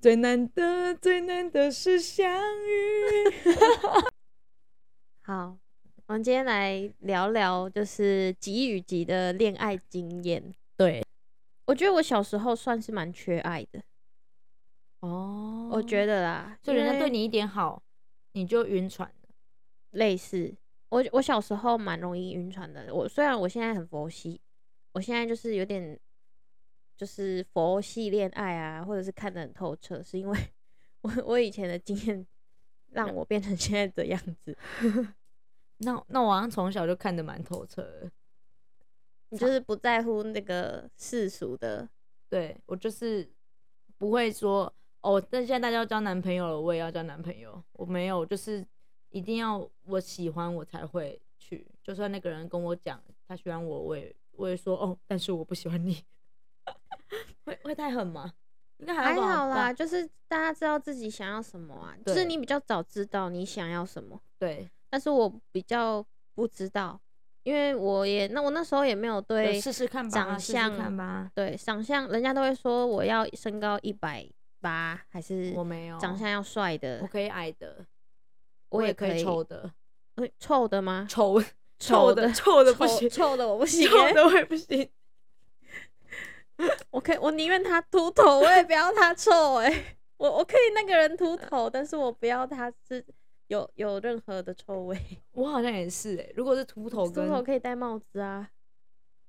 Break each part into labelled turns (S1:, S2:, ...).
S1: 最难的最难的是相遇。
S2: 好，我们今天来聊聊就是集与集的恋爱经验。
S1: 对，
S2: 我觉得我小时候算是蛮缺爱的，
S1: 哦
S2: 我觉得啦，
S3: 就人家对
S2: 你
S3: 你一点好，你就晕船了。
S2: 类似。我我小时候蛮容易晕船的，我虽然我现在很佛系，我现在就是有点就是佛系恋爱啊，或者是看得很透彻，是因为 我我以前的经验让我变成现在的样 子，
S3: 那那我好像从小就看得蛮透彻的，
S2: 你就是不在乎那个世俗的
S3: 对我就是不会说哦，但现在大家要交男朋友了，我也要交男朋友。我没有，就是一定要我喜欢我才会去，就算那个人跟我讲他喜欢我，我也我也说哦，但是我不喜欢你， 会会太狠吗？应该还
S2: 还
S3: 好
S2: 好
S3: 吧
S2: 啦，。就是大家知道自己想要什么啊，就是
S3: 对
S2: 你比较早知道你想要什么，
S3: 对，
S2: 但是我比较不知道，因为我也那我那时候也没有对
S3: 就试试看吧，啊
S2: 长
S3: 试试
S2: 相
S3: 看吧。
S2: 对长相，人家都会说我要身高一百八，还是
S3: 我没有
S2: 长相要帅的，
S3: 我可以矮的，
S2: 我
S3: 也
S2: 也
S3: 可
S2: 可以
S3: 丑的，
S2: 呃臭 的吗？
S3: 丑
S2: 丑
S3: 的
S2: 的
S3: 丑的不
S2: 臭
S3: 行，
S2: 臭的我 不行、
S3: 丑
S2: 欸，
S3: 的我也不行。
S2: 我可以我宁愿他秃头，我也不要他臭哎、欸我我可以那个人秃头，但是我不要他是有有任何的臭味。
S3: 我好像也是哎、如果是秃头
S2: 秃头
S3: 跟
S2: 可以戴帽子啊，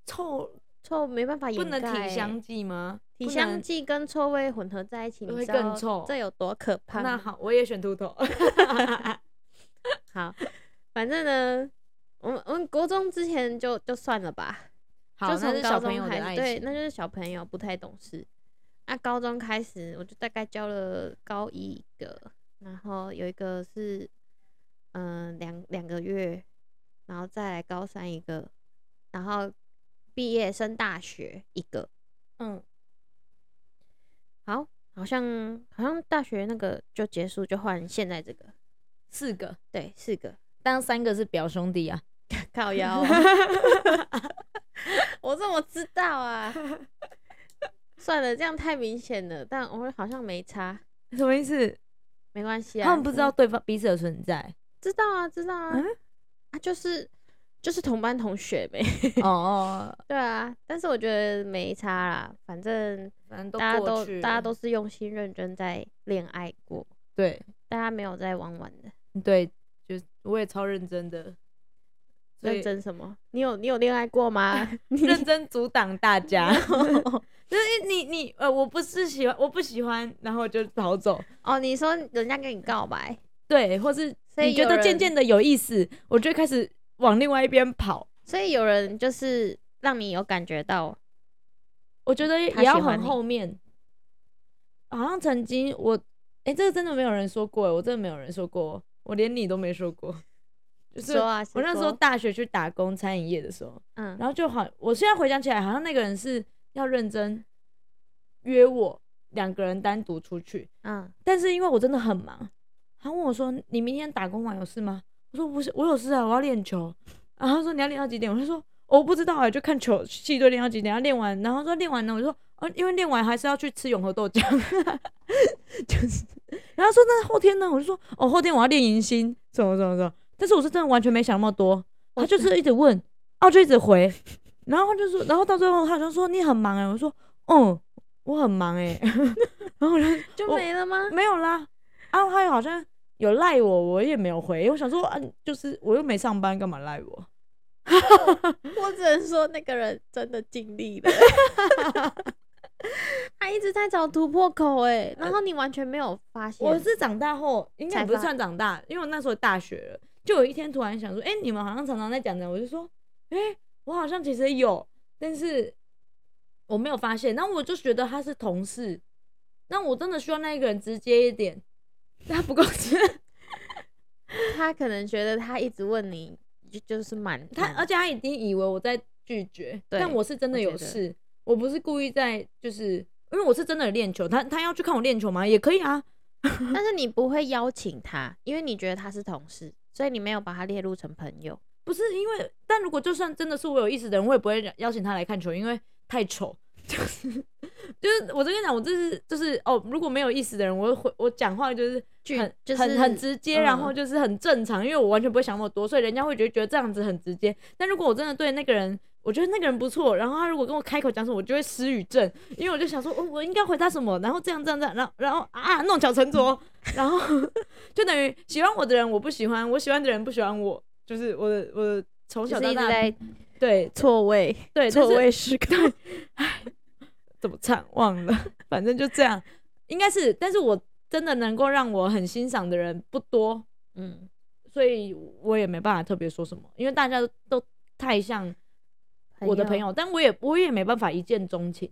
S3: 臭，
S2: 臭没办法掩
S3: 不
S2: 盖、
S3: 能体香
S2: 欸。
S3: 剂吗？
S2: 体
S3: 不
S2: 香
S3: 能。
S2: 剂跟臭味混合在一起，你
S3: 会
S2: 知道
S3: 更臭
S2: 这有多可怕？
S3: 那，好，我也选秃 头。
S2: 好，反正呢，我们我们国中之前就就算了吧，
S3: 好，
S2: 就
S3: 那
S2: 从
S3: 是小
S2: 高
S3: 朋友
S2: 中
S3: 的
S2: 开
S3: 爱
S2: 始，对，
S3: 情。
S2: 那就是小朋友不太懂事。那高中开始，我就大概交了高一一个，然后有一个是，嗯、两两个月，然后再来高三一个，然后毕业升大学一个，
S3: 嗯，
S2: 好，好像好像大学那个就结束，就换现在这个，
S3: 四个，
S2: 对，四个
S3: 当三个是表兄弟啊。
S2: 靠腰、 我怎么知道啊？算了，这样太明显了，但我好像没差，
S3: 什么意思？
S2: 没关系啊。
S3: 他们不知道
S2: 我，
S3: 对方彼此的存 在。
S2: 知道啊，知道啊，
S3: 嗯
S2: 啊，就是就是同班同学呗，
S3: 哦哦，
S2: 对啊，但是我觉得没差啦，反正
S3: 反正都
S2: 大家
S3: 过
S2: 都
S3: 去了，
S2: 大家都是用心认真在恋爱过，
S3: 对
S2: 大家没有在玩玩的。
S3: 对，就我也超认真的，所以
S2: 认真什么？你有你有恋爱 过吗？ 你
S3: 认真阻挡大 家。就是你你呃，我不是喜欢，我不喜欢，然后就逃走。
S2: 哦，你说人家跟你告白，
S3: 对，或是
S2: 所以
S3: 你觉
S2: 有
S3: 得
S2: 人
S3: 渐渐的有意思，我就会开始往另外一边跑。
S2: 所以有人就是让你有感觉到
S3: 我觉得
S2: 他
S3: 也
S2: 喜
S3: 要
S2: 欢
S3: 很
S2: 你
S3: 后面。好像曾经我，哎、这个真的没有人说过，我真的没有人说过，我连你都没说过。就是
S2: 说啊，
S3: 我那时候
S2: 谁说
S3: 大学去打工餐饮业的时候，
S2: 嗯，
S3: 然后就好，我现在回想起来，好像那个人是要认真约我两个人单独出去，
S2: 嗯，
S3: 但是因为我真的很忙，他问我说：“你明天打工完有事吗？”我说：“不是，我有事啊，我要练球。”然后他说：“你要练到几点？”我就说：“我不知道哎、就看球系队练到几点，要练完。”然后说练完呢，我就说：“哦、因为练完还是要去吃永和豆浆。” 就是，然后说那后天呢？我就说：“哦，后天我要练迎新，什么什么什么。”但是我是真的完全没想那么多，他就是一直问，啊，我就一直回，然后他就说，然后到最后他好像说你很忙哎、我说：“嗯，我很忙哎、 然后我就
S2: 就
S3: 我
S2: 没了吗？
S3: 没有啦，啊，他好像有赖我，我也没有回。我想说，啊，就是我又没上班，干嘛赖我？
S2: 嗯我只能说那个人真的尽 力了，他一直在找突破口哎、然后你完全没有发现，
S3: 我是长大后，应该
S2: 才
S3: 也不是
S2: 发
S3: 算长大，因为我那时候大学了，就有一天突然想说，哎、你们好像常常在讲的，我就说，哎、我好像其实有，但是我没有发现。然后我就觉得他是同事，那我真的希望那一个人直接一点，他不够 直。
S2: 他可能觉得他一直问你，就就是满
S3: 他
S2: 满
S3: 而且他已经以为我在拒绝，
S2: 嗯对
S3: 但我是真的
S2: 我觉
S3: 有
S2: 得
S3: 事，我不是故意在，就是因为我是真的有练球，他他要去看我练球吗？也可以啊，
S2: 但是你不会邀请他，因为你觉得他是同事，所以你没有把他列入成朋友。
S3: 不是因为， 但如果就算真的是我有意思的人，我也不会邀请他来看球，因为太丑，就是就是我就跟你讲，我这是就是哦，如果没有意思的人，我会我讲话就是
S2: 句
S3: 很
S2: 就是
S3: 很很直接，然后
S2: 嗯
S3: 就是很正常，因为我完全不会想那么多，所以人家会觉得觉得这样子很直接。但如果我真的对那个人，我觉得那个人不错，然后他如果跟我开口讲什么，我就会失语症，因为我就想说，哦，我应该回答什么，然后这样这样这样，然后然后啊，弄巧成拙，然后就等于喜欢我的人我不喜欢，我喜欢的人不喜欢我，就是我的我的从
S2: 就
S3: 小
S2: 是
S3: 到
S2: 一直
S3: 大
S2: 在
S3: 对
S1: 错位，
S3: 对，但
S1: 错
S3: 是
S1: 位是 个
S3: 怎么唱忘了，反正就这样，应该是，但是我真的能够让我很欣赏的人不多，
S2: 嗯
S3: 所以我也没办法特别说什么，因为大家都太像我的朋，友，但我也我也没办法一见钟情，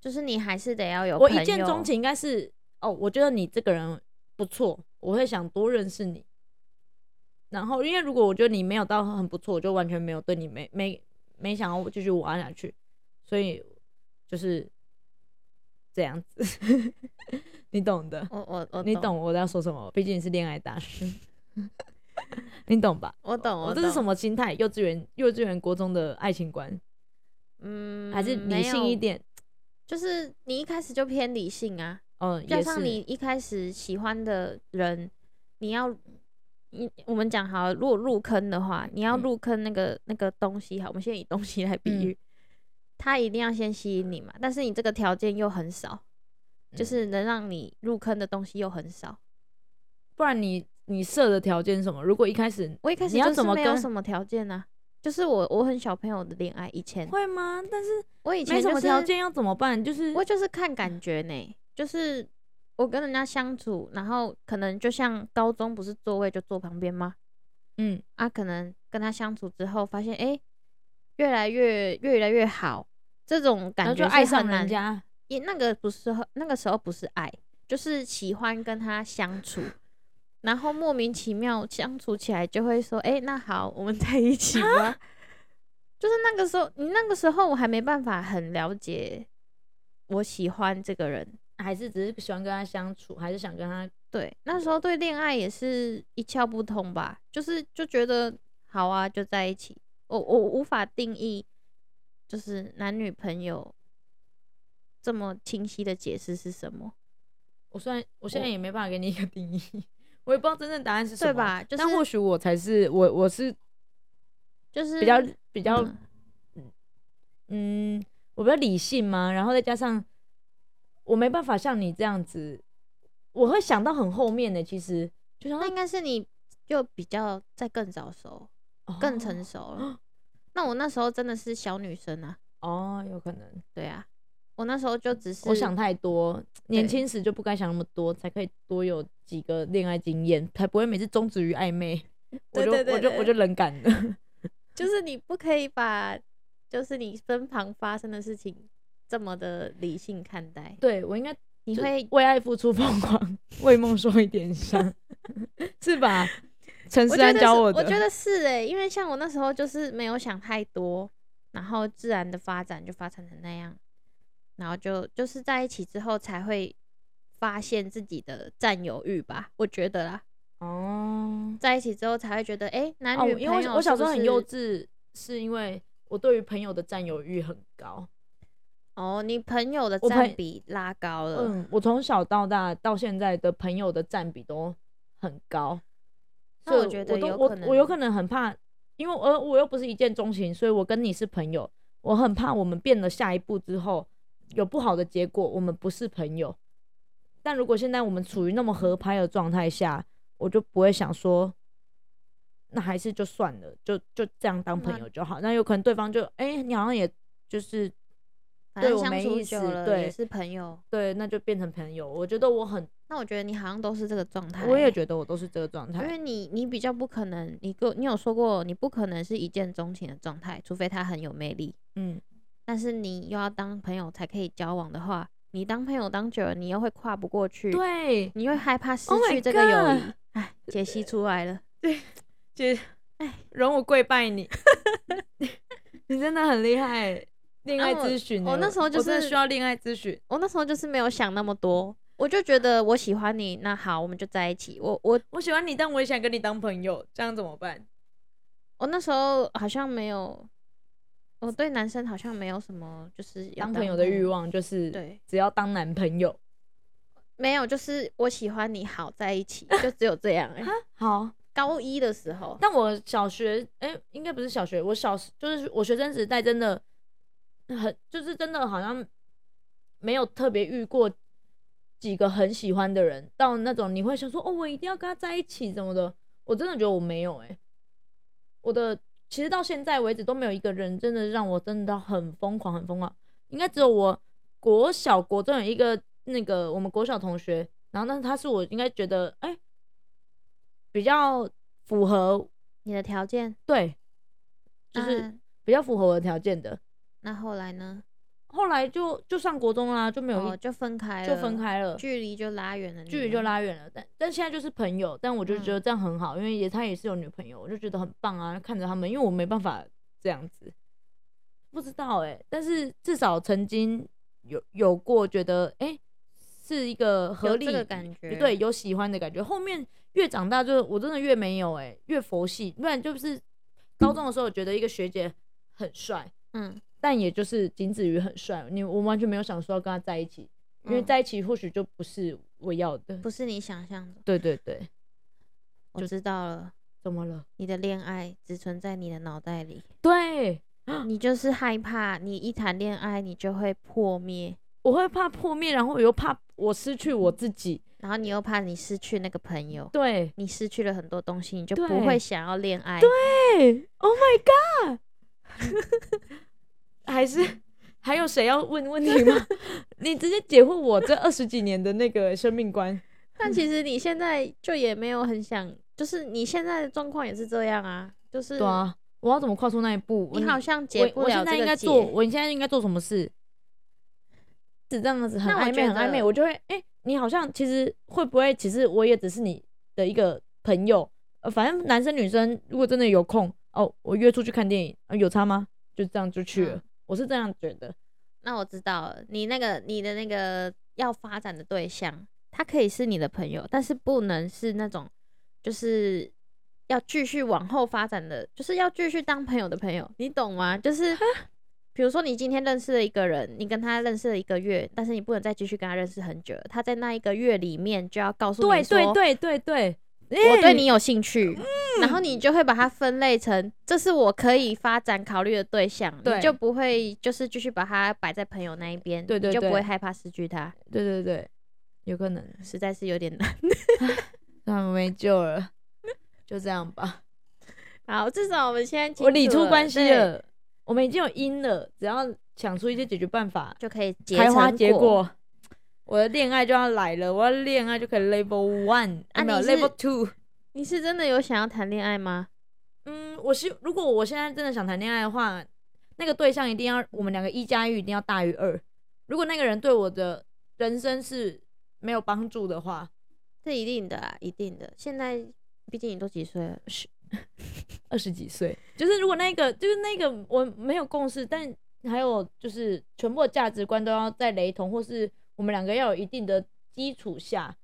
S2: 就是你还是得要有
S3: 我
S2: 朋
S3: 一见
S2: 友
S3: 钟，情应该是哦，我觉得你这个人不错，我会想多认识你。然后，因为如果我觉得你没有到很不错，我就完全没有对你没没没想要继续玩下去，所以就是这样子， 你懂的，
S2: 我我我
S3: 你，懂我要说什么？毕竟你是恋爱大师， 你哦懂吧？
S2: 我懂，
S3: 我这是什？么心态？幼稚园、幼稚园、国中的爱情观，
S2: 嗯，
S3: 还是理
S2: 没
S3: 性
S2: 有
S3: 一，点？
S2: 就是你一开始就偏理性啊，
S3: 嗯，
S2: 加
S3: 也
S2: 上你
S3: 是，
S2: 一开始喜欢的人，你要。你我们讲好，如果入坑的话，你要
S3: 嗯
S2: 入坑那个、那个东西好，我们先以东西来比
S3: 嗯
S2: 喻，它一定要先吸引你嘛。但是你这个条件又很少，
S3: 嗯
S2: 就是能让你入坑的东西又很少。
S3: 不然你你设的条件是什么？如果一开始
S2: 我一开始
S3: 你要
S2: 就是
S3: 怎么
S2: 没有
S3: 跟
S2: 什么条件啊，就是我我很小朋友的恋爱，以前
S3: 会吗？但是
S2: 我以前、
S3: 没
S2: 就是、
S3: 什么条，件要怎么办？就是
S2: 我就是看感觉呢，就是我跟人家相处，然后可能就像高中不是座位就坐旁边吗？
S3: 嗯
S2: 啊，可能跟他相处之后发现，哎、越来越越来越好，这种
S3: 然
S2: 感
S3: 后
S2: 觉
S3: 就是爱
S2: 很
S3: 上
S2: 难
S3: 人家，
S2: 也那个不是那个时候不是爱，就是喜欢跟他相处，然后莫名其妙相处起来就会说，哎、那好，我们在一起吧。就是那个时候，你那个时候我还没办法很了解我喜欢这个人，
S3: 还是只是喜欢跟他相处，还是想跟他
S2: 对，那时候对恋爱也是一窍不通吧，就是就觉得好啊，就在一起。我我无法定义，就是男女朋友这么清晰的解释是什么。
S3: 我虽然我现在也没办法给你一个定义， 我也不知道真正答案是什么，
S2: 对吧就是
S3: 但或许我才是我，我是
S2: 就是
S3: 比较比较
S2: 嗯
S3: 嗯，我比较理性嘛，然后再加上我没办法像你这样子，我会想到很后面的，其实就想
S2: 那
S3: 到
S2: 应该是你就比较再更早熟、
S3: 哦
S2: 更成熟了。那我那时候真的是小女生啊，
S3: 哦，哦有可能
S2: 对啊，我那时候就只是
S3: 我想太多，年轻时就不该想那么多，才可以多有几个恋爱经验，才不会每次终止于暧昧。我
S1: 对
S3: 就
S1: 对对
S3: 我就
S1: 对
S3: 我就冷感了，
S2: 就是你不可以把就是你身旁发生的事情这么的理性看待，
S3: 对我应该
S2: 你
S3: 就
S2: 会
S3: 为爱付出疯狂，为梦说一点 香，是吧？陈
S2: 我
S3: 思
S2: 觉
S3: 安
S2: 得
S3: 教
S2: 是
S3: 我的，
S2: 我觉得是哎、因为像我那时候就是没有想太多，然后自然的发展就发展成那样，然后就就是在一起之后才会发现自己的占有欲吧，我觉得啦，
S3: 哦，
S2: 在一起之后才会觉得哎、诶男
S3: 哦，
S2: 女
S3: 因为
S2: 朋友
S3: 我我小时候
S2: 是不
S3: 很
S2: 是
S3: 幼稚，是因为我对于朋友的占有欲很高。
S2: 哦，你朋友的
S3: 我
S2: 占
S3: 朋
S2: 比拉高了，
S3: 嗯，我从小到大到现在的朋友的占比都很高，
S2: 那
S3: 所以
S2: 我觉得
S3: 我都
S2: 有
S3: 我
S2: 可能
S3: 我有可能很怕，因为我我又不是一见钟情，所以我跟你是朋友，我很怕我们变了下一步之后有不好的结果，我们不是朋友。但如果现在我们处于那么合拍的状态下，我就不会想说，那还是就算了，就就这样当朋
S2: 那
S3: 友就好。那有可能对方就哎、你好像也就是
S2: 反
S3: 对
S2: 正
S3: 我
S2: 相
S3: 没
S2: 处
S3: 意
S2: 久
S3: 思
S2: 了也
S3: 对
S2: 是朋友。
S3: 对，那就变成朋友。我觉得我很
S2: 那我觉得你好像都是这个状态欸，
S3: 我也觉得我都是这个状
S2: 因
S3: 态。
S2: 为你你比较不可能，你跟我你有说过你不可能是一见钟情的状态，除非他很有魅力。
S3: 嗯，
S2: 但是你又要当朋友才可以交往的话，你当朋友当久了，你又会跨不过去，
S3: 对，
S2: 你会害怕失
S3: Oh my
S2: 去这个友谊
S3: God。
S2: 哎、解析出来了，
S3: 姐，哎，容我跪拜 你，你真的很厉害，恋
S2: 啊
S3: 爱
S2: 我
S3: 咨询欸。
S2: 我那时候就
S3: 真的
S2: 是
S3: 需要恋爱咨询。
S2: 我那时候就是没有想那么多，我就觉得我喜欢你，那好，我们就在一起。我我
S3: 我喜欢你，但我也想跟你当朋友，这样怎么办？
S2: 我那时候好像没有我对男生好像没有什么就是要
S3: 当朋友的欲
S2: 望，
S3: 望就是，
S2: 对，
S3: 只要当男朋友
S2: 没有，就是我喜欢你好在一起，就只有这
S3: 啊
S2: 样、欸。
S3: 好。
S2: 高一的时候，
S3: 但我小学，哎、应该不是小学，我小时就是我学生时代真的很，就是真的好像没有特别遇过几个很喜欢的人，到那种你会想说，哦，我一定要跟他在一起什么的，我真的觉得我没有、哎，我的其实到现在为止都没有一个人真的让我真的到很疯狂，很疯狂，应该只有我国小国中有一个那个我们国小同学，然后那他是我应该觉得，哎、比较符合
S2: 你的条件
S3: 对，就是比较符合我的条件的。
S2: 那那后来呢？
S3: 后来就就上国中啦，就没有一、
S2: 哦，就分开了，
S3: 就分，开了，
S2: 距离就拉远了，
S3: 距离就。拉远了。但但现在就是朋友，但我就
S2: 嗯
S3: 觉得这样很好，因为也他也是有女朋友，我就觉得很棒啊。看着他们，因为我没办法这样子，不知道哎、但是至少曾经有有过觉得哎、诶是一个合
S2: 有
S3: 理
S2: 这个感觉
S3: 对，有喜欢的感觉。后面越长大就我真的越没有哎、越佛系。不然就是高中的时候，我觉得一个学姐很帅，
S2: 嗯，
S3: 但也就是仅止于很帅。你我完全没有想说要跟他在一起，因为
S2: 嗯
S3: 在一起或许就不是我要的。
S2: 不是你想象的。
S3: 对对对，
S2: 我
S3: 就
S2: 知道了，
S3: 怎么了？
S2: 你的恋爱只存在你的脑袋里，
S3: 对，
S2: 你就是害怕，你一谈恋爱你就会破灭，
S3: 我会怕破灭，然后我又怕我失去我自己。
S2: 然后你又怕你失去那个朋友，
S3: 对，
S2: 你失去了很多东西，你就不
S3: 对
S2: 会想要恋爱。
S3: 对，Oh my god！还 是还有谁要问问题吗？ 你直接解惑我这二十几年的那个生命观。
S2: 但其实你现在就也没有很想，就是你现在的状况也是这样啊，就是
S3: 对啊，我要怎么跨出那一步？
S2: 你
S3: 我
S2: 好像解
S3: 我
S2: 不
S3: 我
S2: 了
S3: 现在
S2: 这
S3: 应该
S2: 个
S3: 做，
S2: 结。
S3: 我现在应该做什么事？是这样子很
S2: 那我
S3: 暧昧，
S2: 觉
S3: 很暧昧，
S2: 得
S3: 我就会哎、你好像其实会不会，其实我也只是你的一个朋友，呃，反正男生女生如果真的有空哦，我约出去看电影，呃、有差吗？就这样就去了，
S2: 嗯
S3: 我是这样觉得。
S2: 那我知道了，你那个你的那个要发展的对象，他可以是你的朋友，但是不能是那种就是要继续往后发展的，就是要继续当朋友的朋友，你懂吗？就是比如说你今天认识了一个人，你跟他认识了一个月，但是你不能再继续跟他认识很久了，他在那一个月里面就要告诉
S3: 对
S2: 你说，
S3: 对对对对，
S2: 我对
S3: 哎
S2: 你有兴趣，然后你就会把它分类成这是我可以发展考虑的对象，
S3: 对
S2: 你就不会就是继续把它摆在朋友那一边，
S3: 对对
S2: 你就
S3: 对
S2: 不会害怕失去他，
S3: 对对对，有可能，
S2: 实在是有点难。
S3: 那我没救了，就这样吧。
S2: 好，至少我们现在清
S3: 我理
S2: 楚
S3: 出
S2: 了
S3: 关系
S2: 对
S3: 了，我们已经有因了，只要想出一些解决办法，
S2: 就可以结
S3: 开花
S2: 成
S3: 结。果。我的恋爱就要来了，我要恋爱就可以 level one，、
S2: 啊
S3: 没有
S2: 你是
S3: level two。
S2: 你是真的有想要谈恋爱吗？
S3: 嗯，我希如果我现在真的想谈恋爱的话，那个对象一定要我们两个一加一一定要大于二。如果那个人对我的人生是没有帮助的话，
S2: 这一定的啊，一定的。现在毕竟你都几岁了，
S3: 二十几岁，就是如果那个就是那个我没有共识，但还有就是全部的价值观都要在雷同，或是我们两个要有一定的基础下，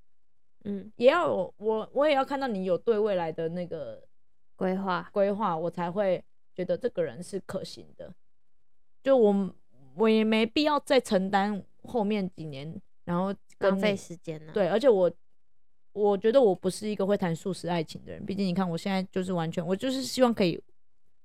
S2: 嗯，
S3: 也要有我我也要看到你有对未来的那个
S2: 规划
S3: 规划，我才会觉得这个人是可行的。就我我也没必要再承担后面几年，然后
S2: 浪
S3: 跟
S2: 费
S3: 你
S2: 时间啊呢、，
S3: 对，而且我我觉得我不是一个会谈素食爱情的人，毕竟你看我现在就是完全，我就是希望可以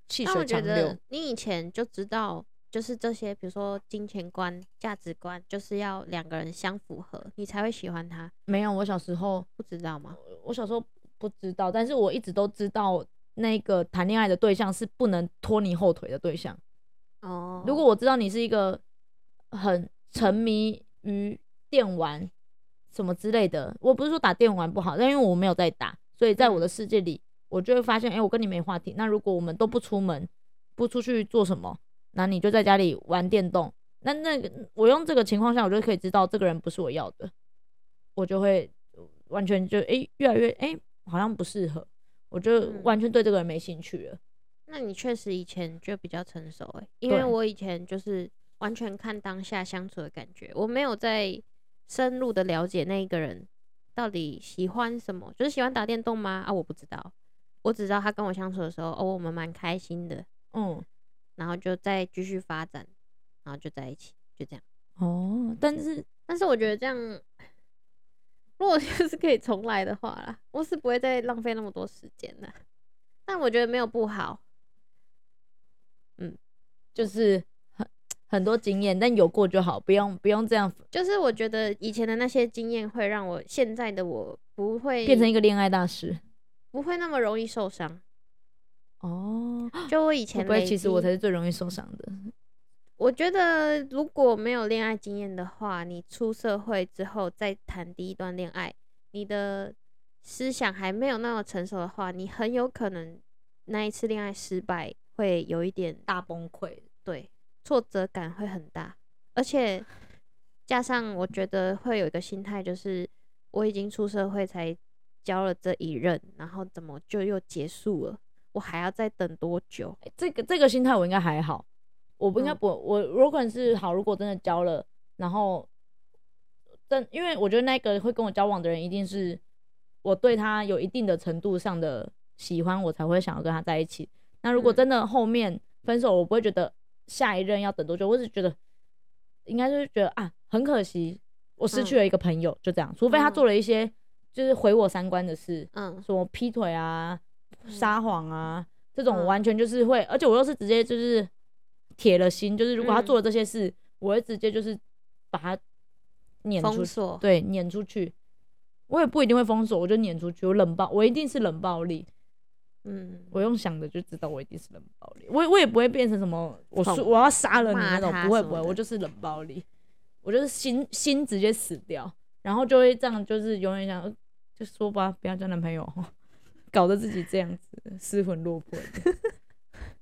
S3: 细
S2: 但我
S3: 水
S2: 觉
S3: 长流
S2: 得。你以前就知道，就是这些，比如说金钱观、价值观，就是要两个人相符合，你才会喜欢他，
S3: 没有，我小时候
S2: 不知道吗？
S3: 我小时候不知道，但是我一直都知道那个谈恋爱的对象是不能拖你后腿的对象。
S2: 哦
S3: 如果我知道你是一个很沉迷于电玩什么之类的，我不是说打电玩不好，但因为我没有在打，所以在我的世界里，我就会发现，哎、我跟你没话题。那如果我们都不出门，不出去做什么，那你就在家里玩电动。那那个我用这个情况下，我就可以知道这个人不是我要的，我就会完全就哎、诶越来越哎、诶好像不适合，我就
S2: 嗯
S3: 完全对这个人没兴趣了。
S2: 那你确实以前就比较成熟哎、因为
S3: 对
S2: 我以前就是完全看当下相处的感觉，我没有在深入的了解那一个人到底喜欢什么，就是喜欢打电动吗？啊，我不知道，我只知道他跟我相处的时候，哦，我们蛮开心的，
S3: 嗯，
S2: 然后就再继续发展，然后就在一起，就这样。
S3: 哦，但是
S2: 但是我觉得这样，如果 就是可以重来的话啦，我是不会再浪费那么多时间的。但我觉得没有不好，
S3: 就是很很多经验，但有过就好，不用不用这样
S2: 就是我觉得以前的那些经验会让我现在的我不会
S3: 变成一个恋爱大师。
S2: 不会那么容易受伤。
S3: 哦，
S2: 就我以
S3: 会
S2: 前
S3: 不会
S2: 累
S3: 其实我
S2: 积
S3: 才是最容易受伤的？
S2: 我觉得如果没有恋爱经验的话，你出社会之后再谈第一段恋爱，你的思想还没有那么成熟的话，你很有可能那一次恋爱失败会有一点
S3: 大崩溃。
S2: 对挫折感会很大，而且加上我觉得会有一个心态，就是我已经出社会才交了这一任，然后怎么就又结束了？我还要再等多久？
S3: 这个这个心态我应该还好，我不应该
S2: 嗯
S3: 不、我如果是好，如果真的交了，然后但因为我觉得那个会跟我交往的人一定是我对他有一定的程度上的喜欢，我才会想要跟他在一起。那如果
S2: 嗯
S3: 真的后面分手，我不会觉得下一任要等多久，我只是觉得应该就是觉得啊，很可惜我失去
S2: 嗯
S3: 了一个朋友，就这样。除非他
S2: 嗯
S3: 做了一些就是毁我三观的事，
S2: 嗯
S3: 什么劈腿啊、
S2: 嗯
S3: 撒谎啊这种，
S2: 嗯
S3: 完全就是会，而且我又是直接就是铁了心，就是如果他
S2: 嗯
S3: 做了这些事，我会直接就是把他撵出
S2: 封
S3: 去，
S2: 锁。
S3: 对，撵出去。我也不一定会封锁，我就撵出去，我冷暴，我一定是冷暴力。
S2: 嗯，
S3: 我用想的就知道我一定是冷暴力，我也我也不会变成什么我
S2: 痛
S3: 说我要杀了你
S2: 骂
S3: 那种
S2: 他，
S3: 不会
S2: 什么
S3: 不会，
S2: 的
S3: 我就是冷暴力，我就是心心直接死掉，然后就会这样，就是永远想呃就说吧，不要交男朋友， 搞得自己这样子失魂落魄的，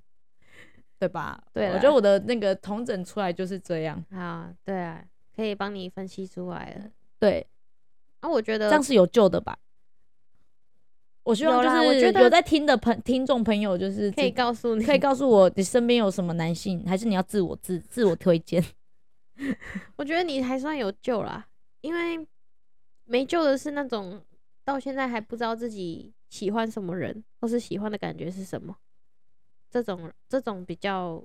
S3: 对吧？
S2: 对
S3: 我
S2: 啦
S3: 觉得我的那个同整出来就是这样，
S2: 好，对啊，可以帮你分析出来
S3: 嗯
S2: 了。
S3: 对，
S2: 啊，我觉得
S3: 这样是有救的吧？我希望
S2: 有
S3: 就
S2: 啦我
S3: 是
S2: 觉得
S3: 有在听的朋听众朋友，就是
S2: 可以
S3: 知
S2: 告诉你，
S3: 可以告诉我你身边有什么男性，还是你要自我自自我推荐？
S2: 我觉得你还算有救啦，因为没救的是那种到现在还不知道自己喜欢什么人，或是喜欢的感觉是什么，这种这种比较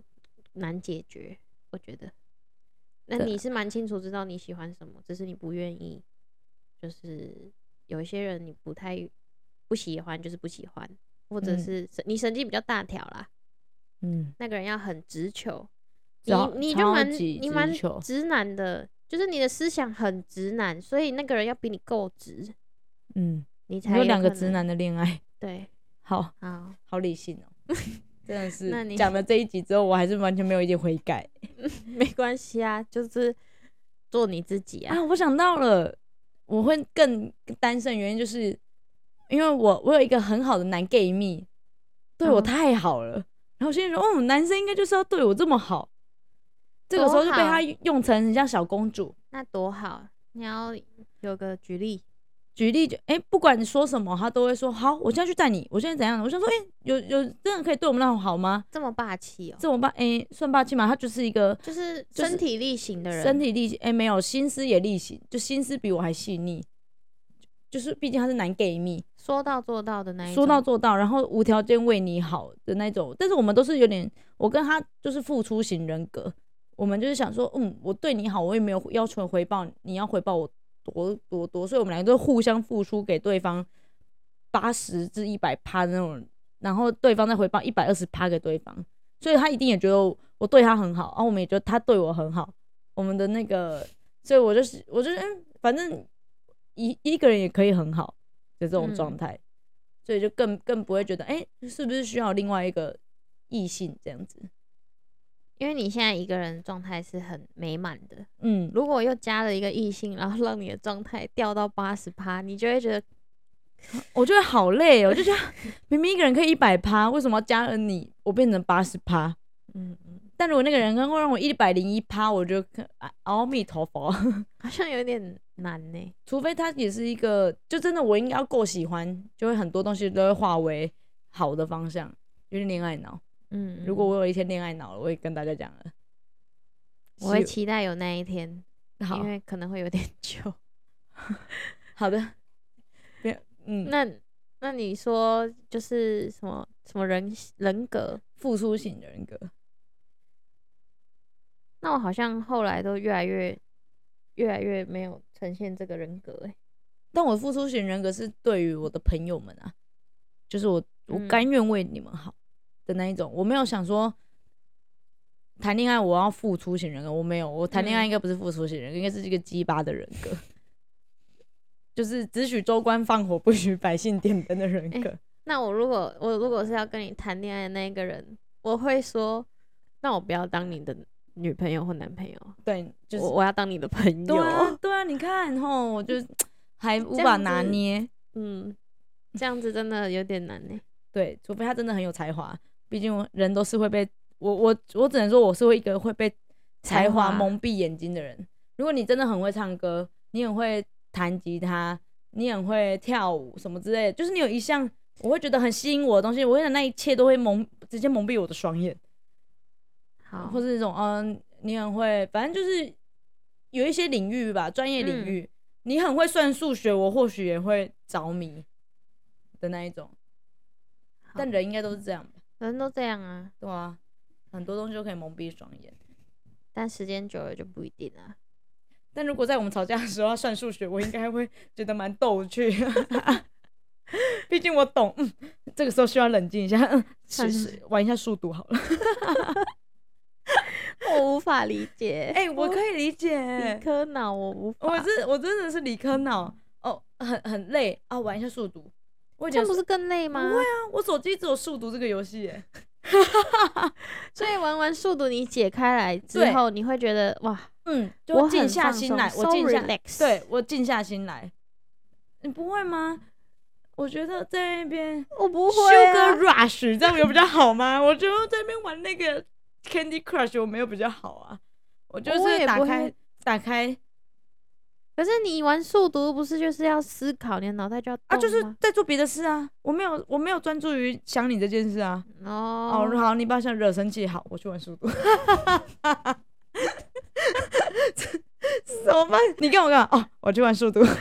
S2: 难解决，我觉得。那
S3: 对啊
S2: 你是蛮清楚知道你喜欢什么，只是你不愿意，就是有一些人你不太不喜欢，就是不喜欢，或者
S3: 嗯
S2: 是神你神经比较大条啦，
S3: 嗯，
S2: 那个人要很直球，你
S3: 超
S2: 你就
S3: 超
S2: 蛮
S3: 级
S2: 你
S3: 直
S2: 蛮
S3: 球
S2: 直男的，就是你的思想很直男，所以那个人要比你够直，
S3: 嗯，
S2: 你才
S3: 有两个
S2: 可
S3: 直
S2: 能。
S3: 男的恋爱，
S2: 对，
S3: 好
S2: 好，
S3: 好理性哦、 真的是。
S2: 那你
S3: 讲了这一集之后，我还是完全没有一点悔改
S2: 没关系啊，就是做你自己啊。
S3: 啊！我想到了，我会更单身，原因就是因为我我有一个很好的男 gay 蜜，对我
S2: 嗯
S3: 太好了。然后我心里说，哦，男生应该就是要对我这么好。这个时候就被
S2: 多好
S3: 他用成很像小公主，
S2: 那多好，你要有个举例，
S3: 举例就哎、不管你说什么，他都会说好，我现在去带你，我现在怎样？我想说，哎、有有真的可以对我们那种好吗？
S2: 这么霸气哦、
S3: 这我爸哎、算霸气吗？他就是一个
S2: 就是
S3: 就是
S2: 身体力行的人，
S3: 身体力行，哎、没有心思也力行，就心思比我还细腻，就就是毕竟他是男 gay 蜜，
S2: 说到做到的那一种。
S3: 说到做到，然后无条件为你好的那种。但是我们都是有点，我跟他就是付出型人格，我们就是想说，嗯，我对你好，我也没有要求回报，你要回报我多多多，所以我们两个都互相付出给对方八十至一百趴的那种，然后对方再回报一百二十趴给对方，所以他一定也觉得我对他很好，哦然、后我们也觉得他对我很好，我们的那个，所以我就是我就是，嗯，反正一一个人也可以很好的这种
S2: 嗯
S3: 状态。所以就更更不会觉得，哎、是不是需要另外一个异性这样子？
S2: 因为你现在一个人状态是很美满的，
S3: 嗯，
S2: 如果又加了一个异性，然后让你的状态掉到八十趴，你就会觉得
S3: 我觉得好累哦，我就觉得明明一个人可以一百趴，为什么要加了你，我变成八十趴？
S2: 嗯，
S3: 但如果那个人能够让我一百零一趴，我就可啊阿弥陀佛，
S2: 好像有点难呢。
S3: 除非他也是一个，就真的我应该要够喜欢，就会很多东西都会化为好的方向，有点恋爱脑。
S2: 嗯，
S3: 如果我有一天恋爱脑了，我也跟大家讲了，
S2: 我会
S3: 是
S2: 期待有那一天，
S3: 好
S2: 因为可能会有点久。
S3: 好的，别嗯，
S2: 那那你说就是什么什么人人格？
S3: 付出型人格。
S2: 那我好像后来都越来越越来越没有呈现这个人格、欸，
S3: 但我付出型人格是对于我的朋友们啊，就是我我
S2: 嗯
S3: 甘愿为你们好的那一种，我没有想说谈恋爱我要付出型人格，我没有，我谈恋爱
S2: 嗯
S3: 应该不是付出型人格，应该是一个鸡巴的人格， 就是只许州官放火，不许百姓点灯的人
S2: 哎
S3: 格。
S2: 那我如果我如果是要跟你谈恋爱的那一个人，我会说，那我不要当你的女朋友或男朋友，
S3: 对，就是
S2: 我我要当你的朋
S3: 对
S2: 友。
S3: 啊对啊，你看吼，我就还无
S2: 这
S3: 法
S2: 样子
S3: 拿捏。
S2: 嗯，这样子真的有点难欸呢、
S3: 对，除非他真的很有才华，毕竟我人都是会被我我我只能说我是会一个会被才
S2: 才华
S3: 华蒙蔽眼睛的人。如果你真的很会唱歌，你很会弹吉他，你很会跳舞什么之类的，就是你有一项我会觉得很吸引我的东西，我会觉得那一切都会蒙直接蒙蔽我的双眼，
S2: 好，
S3: 或是那种嗯，你很会，反正就是有一些领域吧，专业领
S2: 嗯
S3: 域，你很会算数学，我或许也会着迷的那一种。
S2: 好
S3: 但人应该都是这样吧。
S2: 人都这样啊，
S3: 对啊，很多东西都可以蒙蔽双眼。
S2: 但时间久了就不一定啊。
S3: 但如果在我们吵架的时候要算数学，我应该会觉得蛮逗趣。 毕竟我懂，嗯，这个时候需要冷静一下，嗯，
S2: 算
S3: 试
S2: 数
S3: 试玩一下数独好了。
S2: 我无法理解，
S3: 哎、我可以理
S2: 理
S3: 解，
S2: 科脑我无法，
S3: 我是我真的是理科脑哦，很很累啊，玩一下数独。我以
S2: 这
S3: 前
S2: 样不是更累吗？
S3: 不会啊，我手机只有数独这个游戏耶。
S2: 所以玩完速读你解开来之
S3: 对
S2: 后，你会觉得哇，
S3: 嗯，
S2: 我
S3: 就静
S2: 很
S3: 下
S2: 放
S3: 心
S2: 松
S3: 来，我
S2: so
S3: 静下，
S2: relax
S3: 对我静下心来。你不会吗？我觉得在那边
S2: 我不
S3: 修
S2: 会、啊
S3: 个 Rush 这样有比较好吗？ 我觉得在那边玩那个 Candy Crush 我没有比较好啊，我就
S2: 我也
S3: 是打
S2: 不
S3: 开
S2: 会
S3: 打开
S2: 可是你玩速读不是就是要思考，你的脑袋就要
S3: 啊，就
S2: 动
S3: 是
S2: 吗
S3: 在做别的事啊，我没有我没有专注于想你这件事啊。
S2: 哦
S3: 哦，好，你把我想惹生气，好，我去玩速 度。怎么办？你干我干嘛？哦，我去玩速度。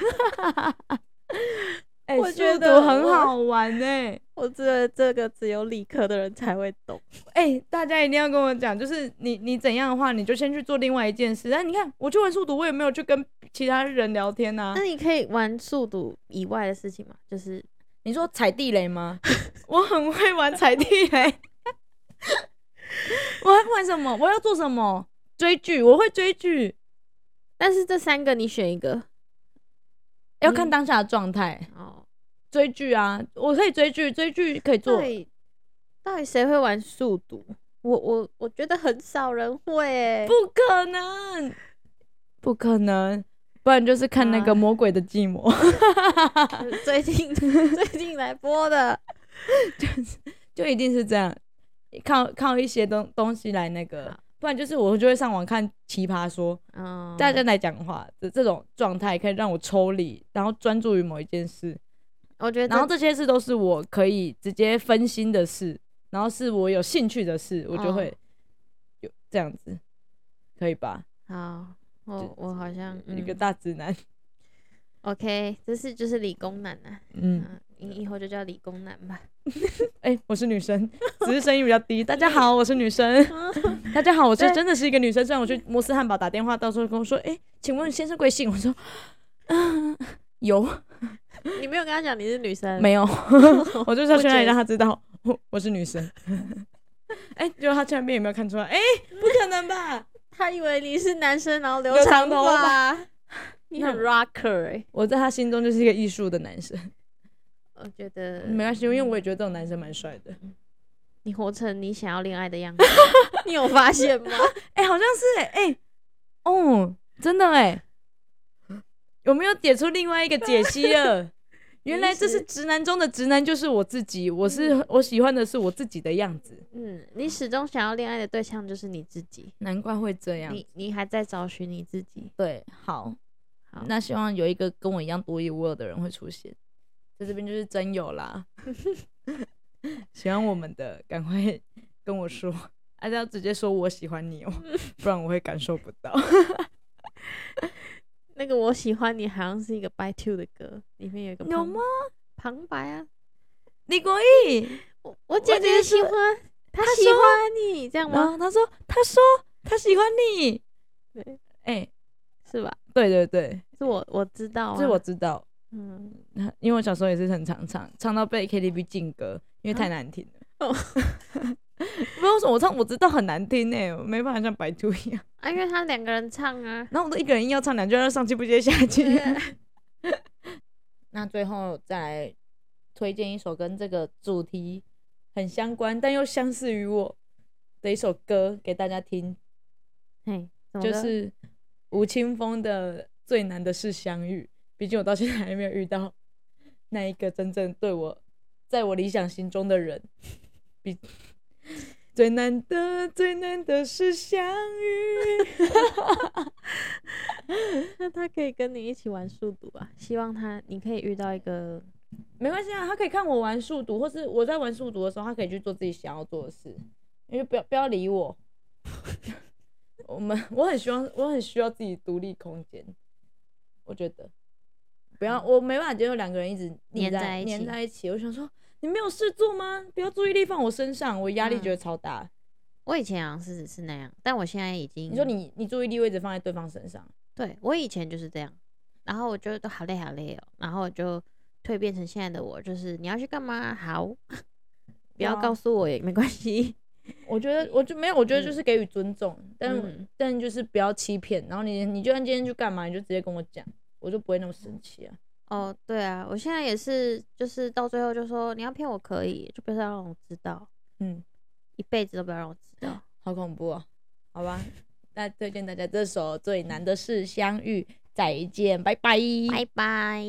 S3: 哎、
S2: 我觉得
S3: 速读很好玩欸呢、
S2: 我觉得这个只有理科的人才会懂。
S3: 哎、大家一定要跟我讲，就是你你怎样的话，你就先去做另外一件事。但你看，我去玩速读，我也没有去跟其他人聊天啊呐、
S2: 那你可以玩速读以外的事情吗？就是
S3: 你说踩地雷吗？ 我很会玩踩地雷。 我要玩什么？我要做什么？追剧，我会追剧。
S2: 但是这三个你选一个
S3: 要看
S2: 嗯
S3: 当下的状态。
S2: 哦。
S3: 追剧啊，我可以追剧，追剧可以
S2: 到
S3: 做。
S2: 底到底谁会玩速读？我我我觉得很少人会欸、
S3: 不可能，不可能，不然就是看那个《
S2: 啊
S3: 魔鬼的寂寞》
S2: 最近最近来播的，
S3: 就一定是这样，靠靠一些东东西来那个
S2: 好，
S3: 不然就是我就会上网看《奇葩说》，
S2: 嗯，
S3: 大家来讲话的这种状态可以让我抽离，然后专注于某一件事，
S2: 我觉得
S3: 然后这些事都是我可以直接分心的事，然后是我有兴趣的事，我就
S2: 哦
S3: 会有这样子，可以吧？
S2: 好，我我好像
S3: 一个
S2: 嗯
S3: 大直男。
S2: OK，这是就是理工男啊，
S3: 嗯，
S2: 嗯，你以后就叫理工男 吧。
S3: 哎、我是女生，只是声音比较低。大家好，我是女生。大家好，我是
S2: 对
S3: 真的是一个女生。虽然我去摩斯汉堡打电话，到时候跟我说，哎、请问先生贵姓？我说，嗯、有
S2: 你没有跟他讲你是女 生，
S3: 没有？ 我就是要去那里
S2: 我觉得
S3: 让他知道我我是女生。 哎、结果他居然边有没有看出来？哎、不可能吧？
S2: 他以为你是男生，然后留
S3: 留长
S2: 长
S3: 头
S2: 发， 你很
S3: 那
S2: rocker 哎、
S3: 我在他心中就是一个艺术的男生。
S2: 我觉得
S3: 没关系，因为我也觉得这种男生蛮帅的。
S2: 你活成你想要恋爱的 样子，你有发现吗？
S3: 哎、好像是哎、哎、哦，真的哎、有没有解出另外一个解析 了？原来这是
S2: 其实
S3: 直男中的直男，就是我自己。我是我喜欢的是我自己的样子，
S2: 嗯，你始终想要恋爱的对象就是你自己，
S3: 难怪会这样。
S2: 你你还在找寻你自己。
S3: 对，好，
S2: 好，
S3: 那希望有一个跟我一样独一无二的人会出现，在这边就是真有啦。喜欢我们的，赶快跟我说，大家直接说我喜欢你哦，不然我会感受不到。
S2: 那个我喜欢你好像是一个 By Two 的歌，里面 有一个
S3: 有
S2: 旁
S3: 吗？
S2: 旁白啊，
S3: 李国义。
S2: 我我
S3: 姐
S2: 姐姐喜
S3: 说
S2: 欢，她
S3: 她
S2: 喜
S3: 说
S2: 欢你，这样
S3: 然
S2: 吗？
S3: 后他说：“他说他喜欢你。
S2: 对，
S3: 哎、
S2: 是吧？
S3: 对对对，
S2: 是我我知道、啊，
S3: 这我知道，
S2: 嗯，
S3: 因为我小时候也是很常唱，唱到被 KTV 禁歌，因为太难听了。
S2: 哦
S3: 不知道为什么我唱我知道很难听哎、我没办法像白兔一 样。
S2: 啊，因为他两个人唱啊，
S3: 然后我都一个人硬要唱两句，要上气不接下气。 那最后再来推荐一首跟这个主题很相关，但又相似于我的一首歌给大家听，
S2: 嘿，怎么
S3: 就
S2: 了
S3: 是吴青峰的《最难的是相遇》。毕竟我到现在还没有遇到 那一个真正对我，在我理想心中的人。比 最难的最难的是相遇。
S2: 那他可以跟你一起玩数独啊，希望他你可以遇到一个，
S3: 没关系啊，他可以看我玩数独，或是我在玩数独的时候，他可以去做自己想要做的事，因为不要不要理我。 我们我很希望，我很需要自己独立空间。我觉得不要，我没办法接受两个人一直腻
S2: 黏在
S3: 在
S2: 一起
S3: 黏在一起。我想说，你没有事做吗？不要注意力放我身上，我压
S2: 嗯
S3: 力觉得超大。
S2: 我以前好像是是那样，但我现在已经，
S3: 你说你你注意力会一直放在对方身上，
S2: 对我以前就是这样，然后我就都好累好累哦，然后我就蜕变成现在的我，就是你要去干嘛？好，不要
S3: 哇
S2: 告诉我也没关系。
S3: 我觉得我就没有，我觉得
S2: 嗯
S3: 就是给予尊重，但、
S2: 嗯
S3: 但就是不要欺骗。然后你你就算今天去干嘛，你就直接跟我讲，我就不会那么生气啊。
S2: 哦，对啊，我现在也是，就是到最后就说你要骗我可以，就不要让我知道，
S3: 嗯，
S2: 一辈子都不要让我知道。
S3: 好恐怖哦，好 吧。那推荐大家这首《最难的是相遇》，再见，拜拜，
S2: 拜拜。